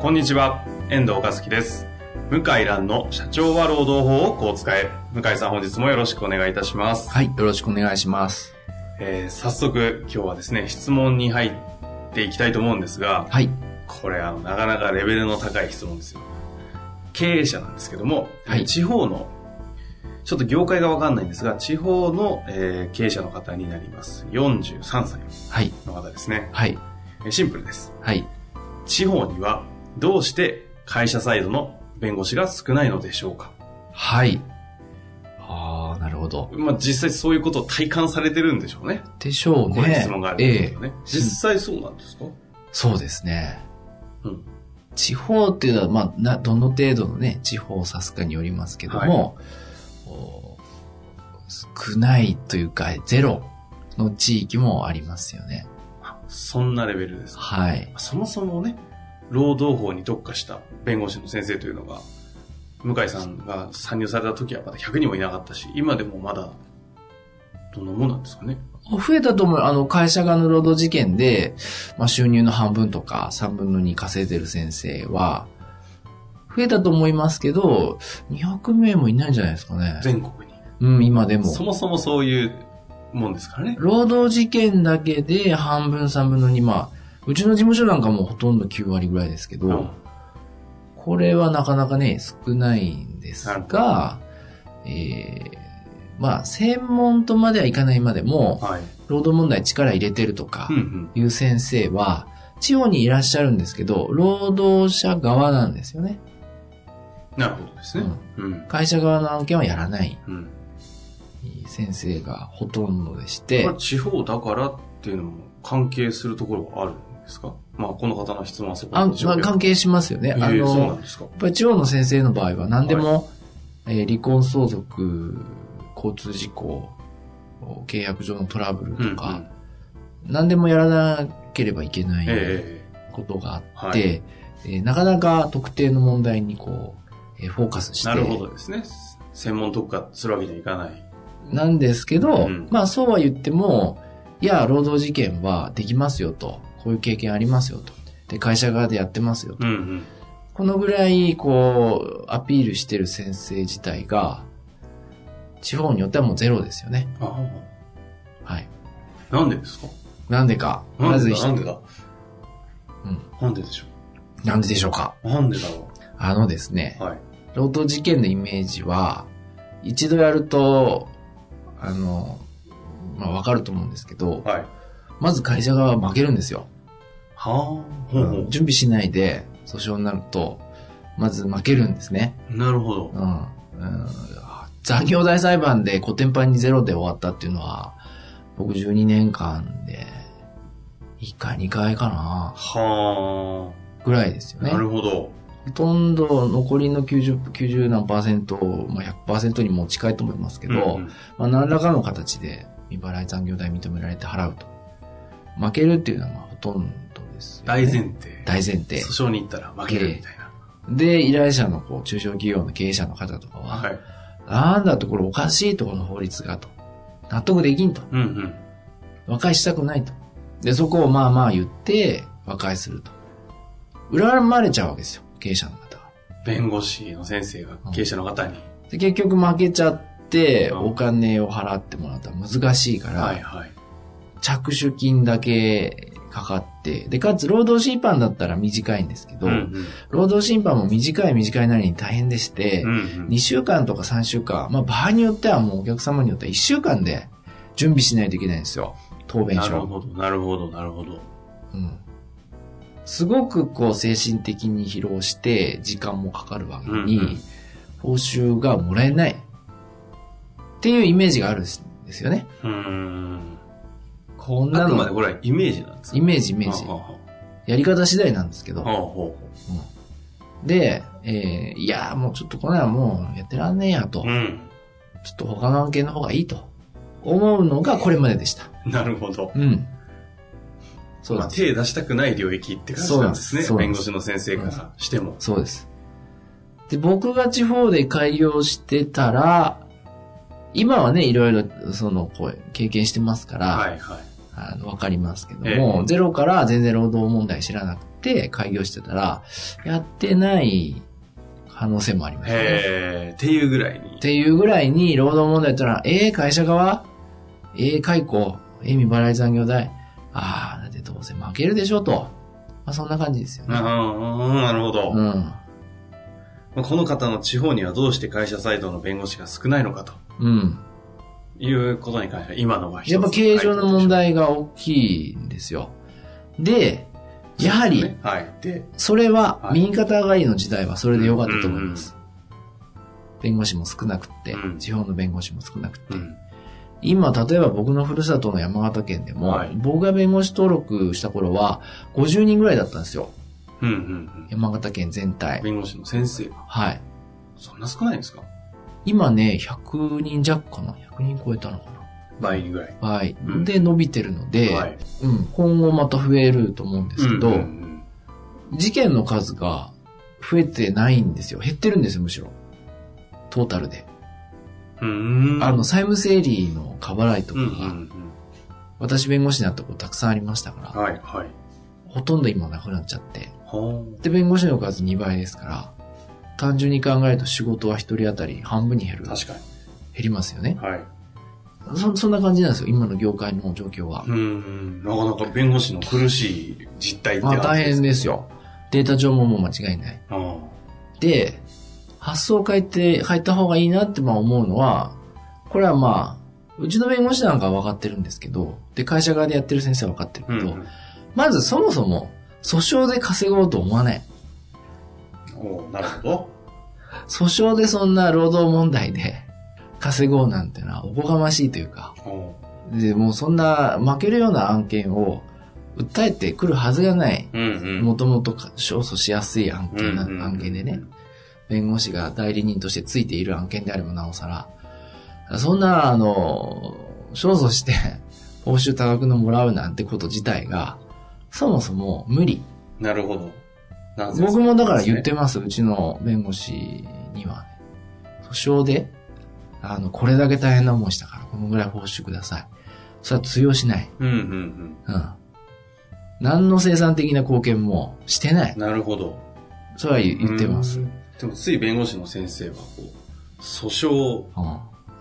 こんにちは、遠藤和樹です。向井蘭の社長は労働法をこう使え。向井さん本日もよろしくお願いいたします。はい、よろしくお願いします。えー早速今日はですね、質問に入っていきたいと思うんですが、はい。これあの、なかなかレベルの高い質問ですよ。経営者なんですけども、はい地方の、ちょっと業界がわかんないんですが、地方の、えー経営者の方になります。43歳はい。の方ですね。はい。えーシンプルです。はい。地方にはどうして会社サイドの弁護士が少ないのでしょうかはい。ああ、なるほど。まあ実際そういうことを体感されてるんでしょうね。でしょうね。こういう質問があるとえいうえことね。実際そうなんですかそうですね。うん。地方っていうのは、まあ、な、どの程度のね、地方を指すかによりますけども、お少ないというか、ゼロの地域もありますよね。そんなレベルです。はい。そもそもね、労働法に特化した弁護士の先生というのが、向井さんが参入された時はまだ100人もいなかったし、今でもまだ、どんなもんなんですかね。増えたと思う。あの、会社側の労働事件で、まあ、収入の半分とか3分の2稼いでる先生は、増えたと思いますけど、200名もいないんじゃないですかね。全国に。うん、今でも。そもそもそういうもんですからね。労働事件だけで半分3分の2、まあ、うちの事務所なんかもうほとんど9割ぐらいですけど、うんこれはなかなかね、少ないんですなるほが、えーまあ、専門とまではいかないまでも、はい。労働問題に力入れてるとかうんう、ん。いう先生は、地方にいらっしゃるんですけど、労働者側なんですよね。なるほどですね。うん。会社側の案件はやらないうん。先生がほとんどでしこてれ、地方だからっていうのも関係するところはあるんですかまあ、この方の質問はそこあなんんでしょまうあけど。関係しますよね。あの、ええそうなやんですかっぱり地方の先生の場合は何でも、えー離婚相続、交通事故、契約上のトラブルとうんうかん、何でもやらなければいけないえことがあって、はいえーなかなか特定の問題にこう、えーフォーカスしえて、なるほどですね。専門特化するわけにはいかない。なんですけど、うんまあそうは言っても、いや、労働事件はできますよと、こういう経験ありますよと、で、会社側でやってますよと、うんうん。このぐらい、こう、アピールしてる先生自体が、地方によってはもうゼロですよね。あはい。あ。なんでですかなんでか、なまんずでひだなんでだうん。なんででしょなんででしょうかうなんでだろあのですねう、はい。労働事件のイメージは、一度やると、あの、まあわかると思うんですけど、はい。まず会社側は負けるんですよ。はあ。ほうほう準備しないで訴訟になると、まず負けるんですね。なるほどう。ん。うん残業代裁判で古典版にゼロで終わったっていうのは、僕12年間で、1回、2回かな、はぐらいですよあ。ね。なるほど。ほとんど残りの90、90何パーセント、まあ、100%にも近いと思いますけど、うんうんまあ、何らかの形で未払い残業代認められて払うと。負けるっていうのはまあほとんどです、ね。大前提。大前提。訴訟に行ったら負けるみたいな。で、依頼者のこう中小企業の経営者の方とかは、はい。なんだとこれおかしいとこの法律がと。納得できんと。うんうん。和解したくないと。で、そこをまあまあ言って和解すると。恨まれちゃうわけですよ、経営者の方が。弁護士の先生が経営者の方に。で、結局負けちゃって、うんお金を払ってもらったら難しいから、はいはい。着手金だけかかって、で、かつ労働審判だったら短いんですけど、うん労働審判も短い短いなりに大変でして、うんうんうん2週間とか3週間、まあ場合によってはもうお客様によっては1週間で準備しないといけないんですよ。答弁なる書。ほど、なるほど、なるほど。うん。すごくこう精神的に疲労して時間もかかるわけに、うんうん報酬がもらえないっていうイメージがあるんですよね。うーん。こんなあくまでの、これはイメージなんですイかメージイイメージは。あはやり方次第なんですけあどは。あはで、えーいやーもうちょっとこれはもうやってらんねえやと。あうん。ちょっと他の案件の方がいいと思うのがこれまででした。なるほど。うん。そうまなあ、んです。手出したくない領域って感じなんですね。そうなん弁で護す士の先生からしても。そうです。で、僕が地方で開業してたら、今はね、いろいろ、その、こう、経験してますから、はいはい。あの、わかりますけどえも、ゼロから全然労働問題知らなくて開業してたら、やってない可能性もありますね。へえ、っていうぐらいにっ。ていうぐらいに労働問題ってのは、ええ会社側ええ解雇ええ未払い残業代ああ、だってどうせ負けるでしょと。まあ、そんな感じですようね。ん、なるほど。うん。まあこの方の地方にはどうして会社サイドの弁護士が少ないのかとうん。いうことに関しては、今のは一つやっぱ経営上の問題が大きいんですよ。で、やはり、はい。で、それははい右肩上がりの時代はそれで良かったと思います。弁護士も少なくってう、ん地方の弁護士も少なくってう。ん。今、例えば僕のふるさとの山形県でもはい、僕が弁護士登録した頃は50人ぐらいだったんですよ。うん、うんうん。山形県全体。弁護士の先生が、はい。そんな少ないんですか今ね、100人弱かな ?100 人超えたのか倍ぐらい。なはいうん。で、伸びてるので、はい。うん、今後また増えると思うんですけど、うんうん事件の数が増えてないんですよ。減ってるんですよ、むしろ。トータルで。うん。うんあの、、債務整理の過払いとうかんうが、んうん。私弁護士になったことたくさんありましたから、はい、はい。ほとんど今なくなっちゃって。ほう。で、弁護士の数2倍ですから、単純に考えると仕事は1人当たり半分に減る。減確かりますよねに。。はい。そそんな感じなんですよ、今の業界の状況はう。ん。なかなか弁護士の苦しい実態ってまあ大変ね。ですよ。データ上ももう間違いない。うん。で、発想を変えて、変えた方がいいなってまあ思うのは、これはまあ、うちの弁護士なんかは分かってるんですけど、で、会社側でやってる先生は分かってるうけど、ん。まずそもそも、訴訟で稼ごうと思わない。おうなるほど。訴訟でそんな労働問題で 稼ごうなんてのはおこがましいというか、おうで、もうそんな負けるような案件を訴えてくるはずがない。うんうん。もともと勝訴しやすい案うんう件んな、うん案件でね。弁護士が代理人としてついている案件であればなおさら、そんな、あの、勝訴して 報酬多額のもらうなんてこと自体が、そもそも無理。なるほど。ナンセンス僕もだから言ってます、うちの弁護士には、訴訟で、あの、これだけ大変な思いしたから、このぐらい報酬ください。それは通用しない。うんうんうん。何の生産的な貢献もしてなういん。。なるほど。それは言言ってます。ううんん。でもつい弁護士の先生は、こう、訴訟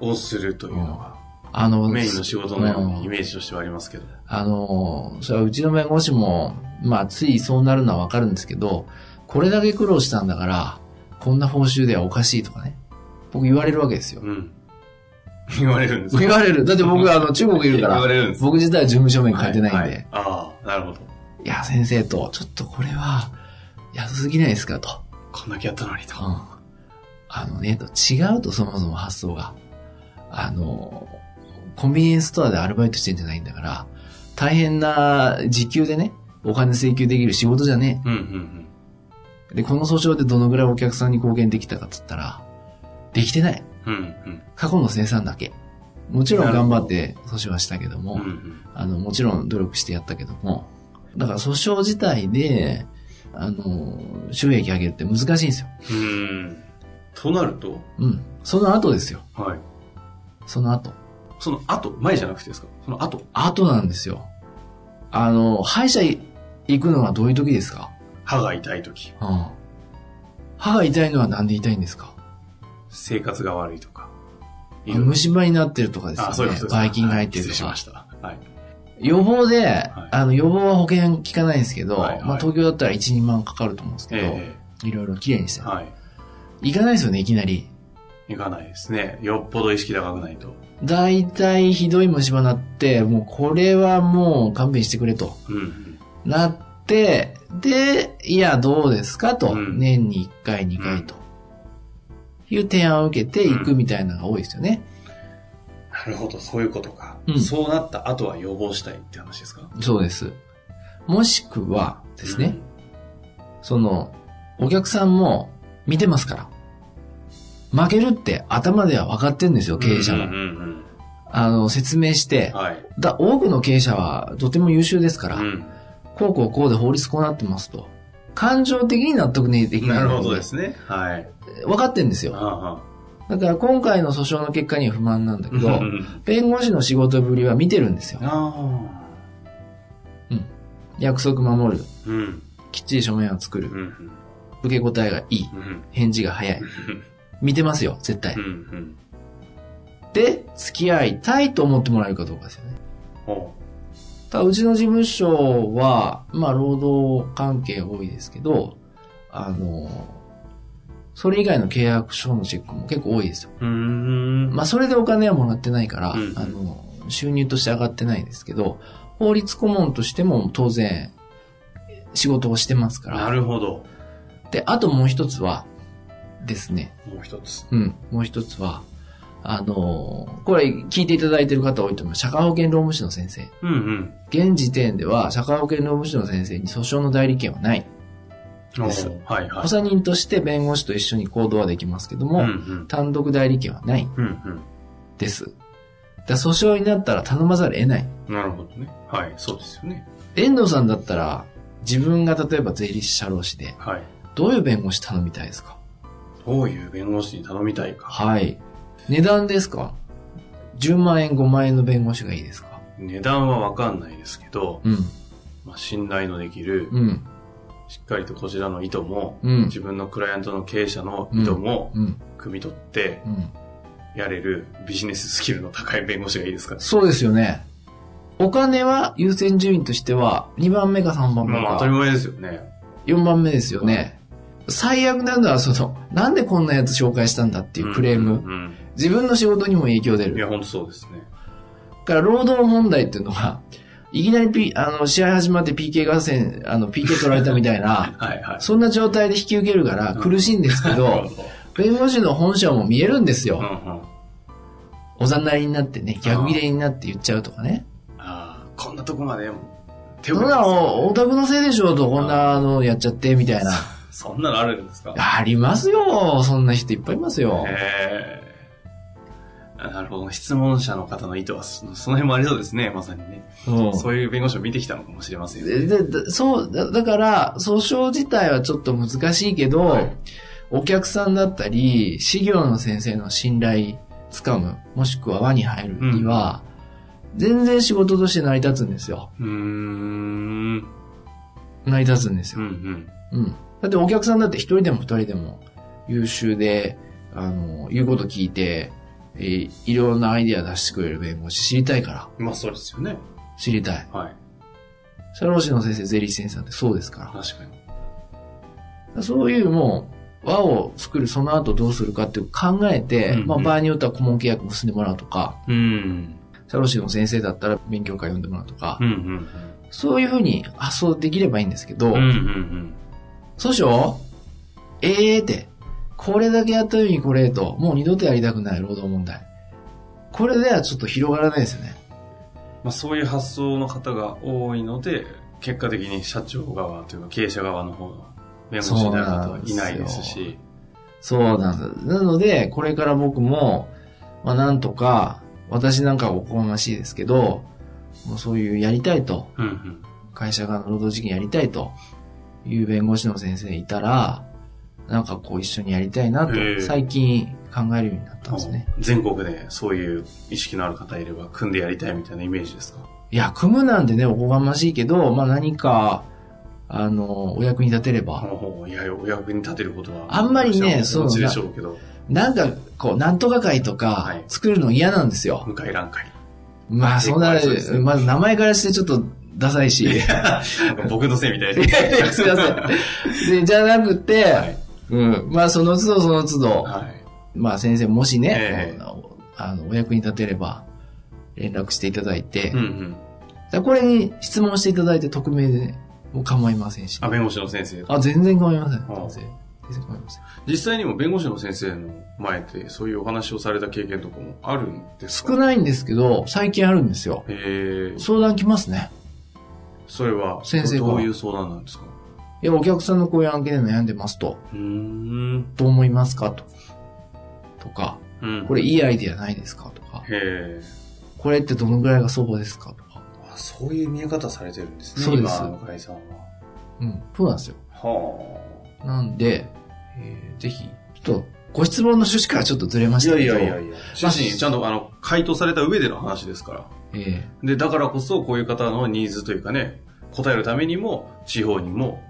をするというのが、あの、メインの仕事のようにイんメージとしてはありますけど。あの、それはうちの弁護士も、まあ、ついそうなるのはわかるんですけど、これだけ苦労したんだから、こんな報酬ではおかしいとかね。僕言われるわけですよ。うん。 言われるんですか言われる。だって僕、あの、中国いる言かわら、れるんですか僕自体は事務所名書いてないんで、はいはああ、なるほど。や、先生と、ちょっとこれは、安すぎないですかと。こんだけやったのにと。うん。あのね、と違うとそもそも発想が。あの、コンビニエンスストアでアルバイトしてんじゃないんだから、大変な時給でね、お金請求できる仕事じゃねうんうんえ。で、この訴訟でどのぐらいお客さんに貢献できたかっつったら、できてない。うん。うん過去の生産だけ。もちろん頑張って訴訟はしたけども、うん。うんうん。あの、もちろん努力してやったけども、だから訴訟自体で、あの、収益上げるって難しいんですよ。うん。となると、うん。その後ですよ。はい。その後。その後、前じゃなくてですかその後。後なんですよ。あの、歯医者い行くのはどういう時ですか歯が痛い時、うん。歯が痛いのはなんで痛いんですか生活が悪いとか。いろいろ虫歯になってるとかですよね。あ、そういうことです。バイキンが入ってる失と礼しかま。した。はい。予防で、いあの、予防は保険効かないんですけど、はいはいまあ東京だったら1、2万かかると思うんですけど、えいろいろ綺麗にしえて。はい。行かないですよね、いきなり。いかないですね。よっぽど意識高くないと。だいたいひどい虫歯になって、もうこれはもう勘弁してくれと。うんうん。なって、で、いや、どうですかと、うん年に1回、2回と、いう提案を受けていくみたいなのが多いですよね。なるほど、そういうことか。うんそうなった後は予防したいって話ですかそうです。もしくはですね、。その、お客さんも見てますから。負けるって頭では分かってるんですよ、うん経営者うんも。うんうんあの、説明して。はい。だ、多くの経営者はとても優秀ですから、うんこうこうこうで法律こうなってますと。感情的に納得できない。なるほどで。すね。はい。分かってるんですあよ。ああだから今回の訴訟の結果には不満なんだけうんうど、ん弁護士の仕事ぶりは見てるんですよ。あ約束守る。ーうんきっちり書面を作うんる。うん受け答えがいい。うん返事が早い。見てますよ、絶対うんう。んで、付き合いたいと思ってもらえるかどうかですよね。おただ、うちの事務所は、まあ、労働関係多いですけど、あの、それ以外の契約書のチェックも結構多いですよ。うーんまあ、それでお金はもらってないから、うんあの、収入として上がってないですけど、法律顧問としても当然、仕事をしてますかなら。るほど。で、あともう一つは、ですね、もう一つ。うん。もう一つは、あのこれ聞いていただいてる方多いと思います。社会保険労務士の先生。うんうん。現時点では社会保険労務士の先生に訴訟の代理権はない。おですはいは補い。佐人として弁護士と一緒に行動はできますけどうも、んうん。単独代理権はないうんです。だ訴訟になったら頼まざるを得ない。うん。なるほどね。はい、そうですよね。遠藤さんだったら、自分が例えば税理士社労士で、はい。どういう弁護士頼みたいですかどういう弁護士に頼みたいか。はい。値段ですか ?10 万円、5万円の弁護士がいいですか値段はわかんないですけど、うん。まあ、信頼のできる、うん。しっかりとこちらの意図も、うん。自分のクライアントの経営者の意図も、うん。汲み取って、うん。やれるビジネススキルの高い弁護士がいいですから。そうですよね。お金は優先順位としては2番目か3番目まあ、当たりか前ですよね。 4番目ですよね。最悪なのはその、なんでこんなやつ紹介したんだっていうクレーム。うん自分の仕事にも影響う出ん。いる。や、本当そうですね。だから労働問題っていうのは、いきなり、P、あの、試合始まって PK 合戦、あの、PK 取られたみたいな、 はいはい。そんな状態で引き受けるから苦しいんですけど、弁護士の本性も見えるんですうんうよ。ん。おざなりになってね、逆切れになって言っちゃうとかね。ああ、こんなとこまで手そんなの、オタクのせいでしょと、こんなのやっちゃって、みたいな。そんなのあるんですかありますよ。そんな人いっぱいいますよ。へえ。なるほど。質問者の方の意図は、そのその辺もありそうですね、まさにね。うんそういう弁護士を見てきたのかもしれませんよね。ででそうだ、だから、訴訟自体はちょっと難しいけど、はいお客さんだったり、資業の先生の信頼つかむ、もしくは輪に入るには、全然仕事として成り立つんですよ。うーん。成り立つんですうんうよ。ん。うん。だってお客さんだって一人でも二人でも優秀で、あの、言うこと聞いて、えーいろんなアイデア出してくれる弁護士知りたいから。まあそうですよね。知りたい。はい。社労士の先生、ゼリー先生なんてそうですか確かに。ら。そういうもう、和を作るその後どうするかっていう考えて、うんうんまあ場合によっては顧問契約結んでもらうとか、うん。社労士の先生だったら勉強会読んでもらうとか、うんうんそういうふうに発想できればいいんですけど、うん。うんうんそうしようええー、って、これだけやったようにこれと、もう二度とやりたくない労働問題。これではちょっと広がらないですよね。うん。まあそういう発想の方が多いので、結果的に社長側というか経営者側の方の弁護士になる方はいないですそうなし。そうなんだ。なので、これから僕も、まあなんとか、私なんかはおこがましいですけど、もうそういうやりたいと、うんうん。会社が労働事件やりたいという弁護士の先生いたら、なんかこう一緒にやりたいなとへえ、最近考えるようになったんですね。全国でそういう意識のある方いれば組んでやりたいみたいなイメージですかいや、組むなんてね、おこがましいけど、まあ何か、あの、お役に立てれば、もういやお役に立てることはあんまりね私はお持ちでしょうけどなんか、こう、なんとか会とはかい、作るの嫌なんですよ。向井蘭会まあ、そんな、そうですねまず名前からしてちょっと、ダサいし。なんか僕のせいみたいいやいでやすいません。で、じゃなくて、はいうん。まあ、その都度その都度、はいまあ、先生、もしえね、えあのあの、お役に立てれば、連絡していただいて、うんうんでこれに質問していただいて、匿名でね、もう構いませんし、あ弁護士の先生あ、全然構いません。あ先生全然構いません。実際にも弁護士の先生の前でそういうお話をされた経験とかもあるんですか少ないんですけど、最近あるんですよ。えー、相談来ますね。それは、先生がどういう相談なんですかいや、お客さんのこういう案件で悩んでますと。うーん。どう思いますかと。とか、うん。これいいアイディアないですかとか、へえ。これってどのぐらいが相場ですかとか。あそういう見え方されてるんですね。そうです今、向井さんは。うん、そうなんですよ。はなんで、えーぜひ、ちょっと、ご質問の趣旨からちょっとずれまあ。いしたやけいど、やいやいや。主人にちゃんとあの、回答された上での話ですから。えで、だからこそこういう方のニーズというかね、答えるためにも、地方にも、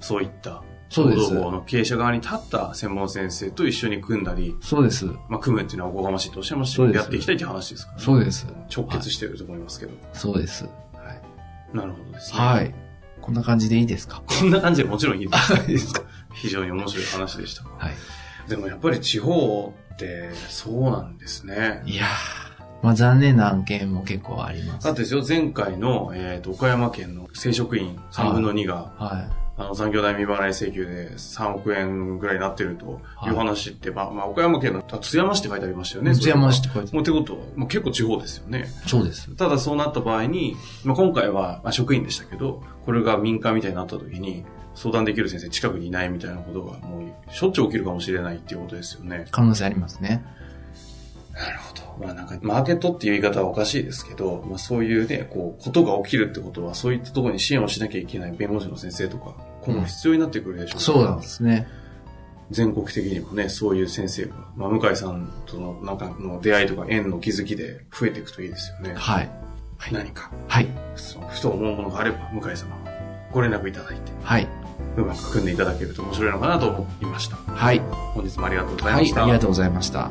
そういった、ーそうです。報の経営者側に立った専門先生と一緒に組んだり、そうです。まあ、組むっていうのはおこがましいとおっしゃいましたそうけでど、すやっていきたいって話ですから、ね。そうです。直結してると思いますけど。そうです。なるほどですね。はい。はい。こんな感じでいいですかこんな感じでもちろんいいです。 いいですか非常に面白い話でした。はい。でもやっぱり地方ってそうなんですね。いやー、まあ残念な案件も結構あります。だってですよ、前回の、えー、と岡山県の正職員3分の2が、はあの残業代未払い請求で3億円ぐらいになってるとはいいう話って、まあ、まあ、岡山県のあ津山市って書いてありましたよい。ね。津山市そって書いれては。もうってことは、もう結構地方ですよね。そうです。ただそうなった場合に、まあ、今回は、まあ、職員でしたけど、これが民間みたいになった時に、相談できる先生近くにいないみたいなことが、もうしょっちゅう起きるかもしれないっていうことですよね。可能性ありますね。なるほど。まあなんか、マーケットっていう言い方はおかしいですけど、まあそういうね、こう、ことが起きるってことは、そういったところに支援をしなきゃいけない弁護士の先生とか、今後必要になってくるでしょうそうなんですね。全国的にもね、そういう先生が、まあ向井さんとのなんかの出会いとか縁の気づきで増えていくといいですよね。はい。何か、はい。そうふと思うものがあれば、向井様、ご連絡いただいて、はい。うまく組んでいただけると面白いのかなと思いました。はい。本日もありがとうございはましい。た。ありがとうございました。